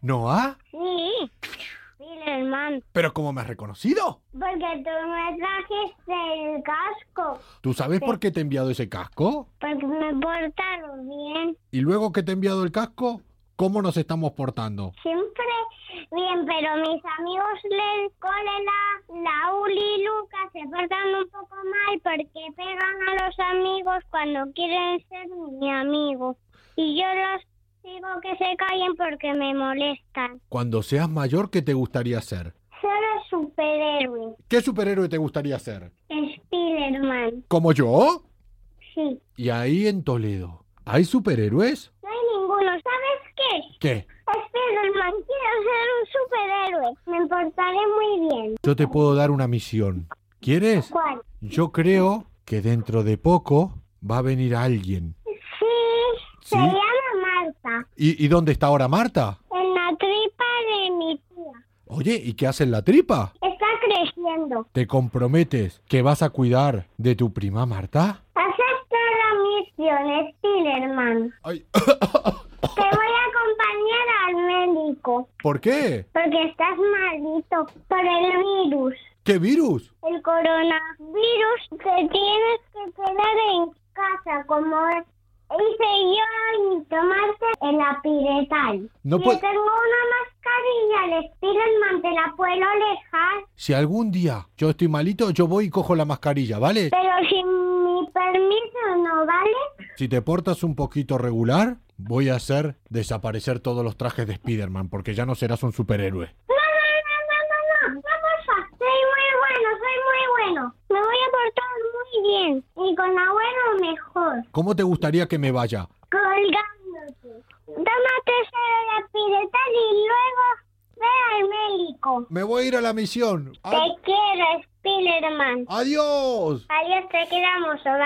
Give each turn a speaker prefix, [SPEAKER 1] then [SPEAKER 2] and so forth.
[SPEAKER 1] ¿Noah?
[SPEAKER 2] Sí. Mira, hermano.
[SPEAKER 1] ¿Pero cómo me has reconocido?
[SPEAKER 2] Porque tú me trajiste el casco.
[SPEAKER 1] ¿Tú sabes por qué te he enviado ese casco?
[SPEAKER 2] Porque me portaron bien.
[SPEAKER 1] ¿Y luego que te he enviado el casco? ¿Cómo nos estamos portando?
[SPEAKER 2] Siempre bien, pero mis amigos del cole, la, la Uli y Lucas, se portan un poco mal porque pegan a los amigos cuando quieren ser mi amigo. Y yo los digo que se callen porque me molestan.
[SPEAKER 1] Cuando seas mayor, ¿qué te gustaría ser?
[SPEAKER 2] Solo superhéroe.
[SPEAKER 1] ¿Qué superhéroe te gustaría ser?
[SPEAKER 2] Spiderman.
[SPEAKER 1] ¿Como yo?
[SPEAKER 2] Sí.
[SPEAKER 1] Y ahí en Toledo, ¿hay superhéroes?
[SPEAKER 2] No hay ninguno. ¿Sabes qué?
[SPEAKER 1] ¿Qué?
[SPEAKER 2] Spiderman, quiero ser un superhéroe. Me portaré muy bien.
[SPEAKER 1] Yo te puedo dar una misión. ¿Quieres?
[SPEAKER 2] ¿Cuál?
[SPEAKER 1] Yo creo que dentro de poco va a venir alguien.
[SPEAKER 2] Sí. Se
[SPEAKER 1] ¿Sí?
[SPEAKER 2] llama Marta.
[SPEAKER 1] ¿Y, y dónde está ahora Marta?
[SPEAKER 2] En la tripa de mi tía.
[SPEAKER 1] Oye, ¿y qué hace en la tripa?
[SPEAKER 2] Está creciendo.
[SPEAKER 1] ¿Te comprometes que vas a cuidar de tu prima Marta?
[SPEAKER 2] Acepto la misión, Spiderman.
[SPEAKER 1] Ay,
[SPEAKER 2] Te voy a acompañar al médico.
[SPEAKER 1] ¿Por qué?
[SPEAKER 2] Porque estás malito por el virus.
[SPEAKER 1] ¿Qué virus?
[SPEAKER 2] El coronavirus te tienes que quedar en casa, como hice yo, y tomarte el apiretal.
[SPEAKER 1] No
[SPEAKER 2] Yo
[SPEAKER 1] puede-
[SPEAKER 2] tengo una mascarilla, el Spiderman te la puedo alejar,
[SPEAKER 1] Si algún día yo estoy malito, yo voy y cojo la mascarilla, ¿vale?
[SPEAKER 2] pero sin mi permiso, ¿no vale?
[SPEAKER 1] Si te portas un poquito regular, voy a hacer desaparecer todos los trajes de Spider-Man, porque ya no serás un superhéroe.
[SPEAKER 2] No, no, no, no, no, no, no, porfa. Soy muy bueno, soy muy bueno. Me voy a portar muy bien, y con abuelo mejor.
[SPEAKER 1] ¿Cómo te gustaría que me vaya?
[SPEAKER 2] colgándote. Tómate la piretal y luego ve al médico.
[SPEAKER 1] Me voy a ir a la misión.
[SPEAKER 2] Te quiero, Spiderman.
[SPEAKER 1] ¡Adiós!
[SPEAKER 2] Adiós, te quedamos, ¿verdad?